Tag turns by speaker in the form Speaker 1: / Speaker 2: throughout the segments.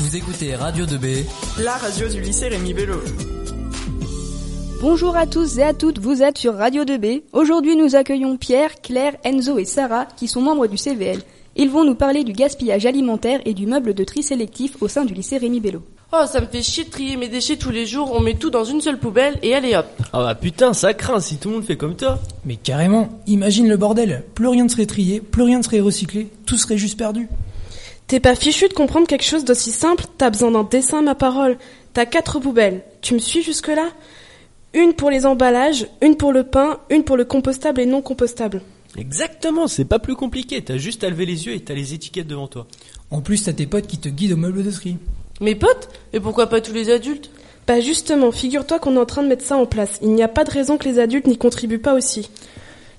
Speaker 1: Vous écoutez Radio 2B.
Speaker 2: La radio du lycée Rémi Bello.
Speaker 3: Bonjour à tous et à toutes, vous êtes sur Radio 2B. Aujourd'hui, nous accueillons Pierre, Claire, Enzo et Sarah, qui sont membres du CVL. Ils vont nous parler du gaspillage alimentaire et du meuble de tri sélectif au sein du lycée Rémi Bello.
Speaker 4: Oh, ça me fait chier de trier mes déchets tous les jours, on met tout dans une seule poubelle et allez hop.
Speaker 5: Ah bah putain, ça craint si tout le monde fait comme toi.
Speaker 6: Mais carrément, imagine le bordel. Plus rien ne serait trié, plus rien ne serait recyclé, tout serait juste perdu.
Speaker 7: T'es pas fichu de comprendre quelque chose d'aussi simple T'as besoin d'un dessin, ma parole. T'as quatre poubelles. Tu me suis jusque-là Une pour les emballages, une pour le pain, une pour le compostable et non compostable.
Speaker 5: Exactement, c'est pas plus compliqué, t'as juste à lever les yeux et t'as les étiquettes devant toi.
Speaker 6: En plus, t'as tes potes qui te guident au meuble de tri.
Speaker 4: Mes potes Et pourquoi pas tous les adultes
Speaker 7: Bah justement, figure-toi qu'on est en train de mettre ça en place. Il n'y a pas de raison que les adultes n'y contribuent pas aussi.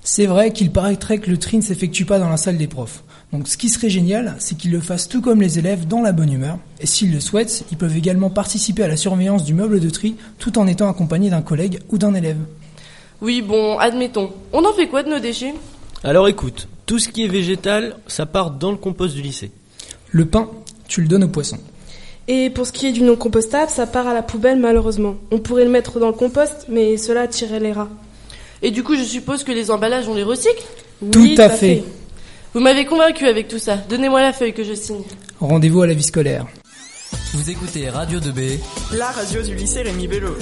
Speaker 6: C'est vrai qu'il paraîtrait que le tri ne s'effectue pas dans la salle des profs. Donc ce qui serait génial, c'est qu'ils le fassent tout comme les élèves dans la bonne humeur. Et s'ils le souhaitent, ils peuvent également participer à la surveillance du meuble de tri tout en étant accompagnés d'un collègue ou d'un élève.
Speaker 4: Oui, bon, admettons. On en fait quoi de nos déchets
Speaker 5: Alors écoute, tout ce qui est végétal, ça part dans le compost du lycée.
Speaker 6: Le pain, tu le donnes aux poissons.
Speaker 7: Et pour ce qui est du non compostable, ça part à la poubelle malheureusement. On pourrait le mettre dans le compost, mais cela attirerait les rats.
Speaker 4: Et du coup, je suppose que les emballages, on les recycle
Speaker 6: Tout à fait.
Speaker 4: Vous m'avez convaincu avec tout ça. Donnez-moi la feuille que je signe.
Speaker 6: Rendez-vous à la vie scolaire.
Speaker 1: Vous écoutez Radio 2B.
Speaker 2: La radio du lycée Rémi Bello.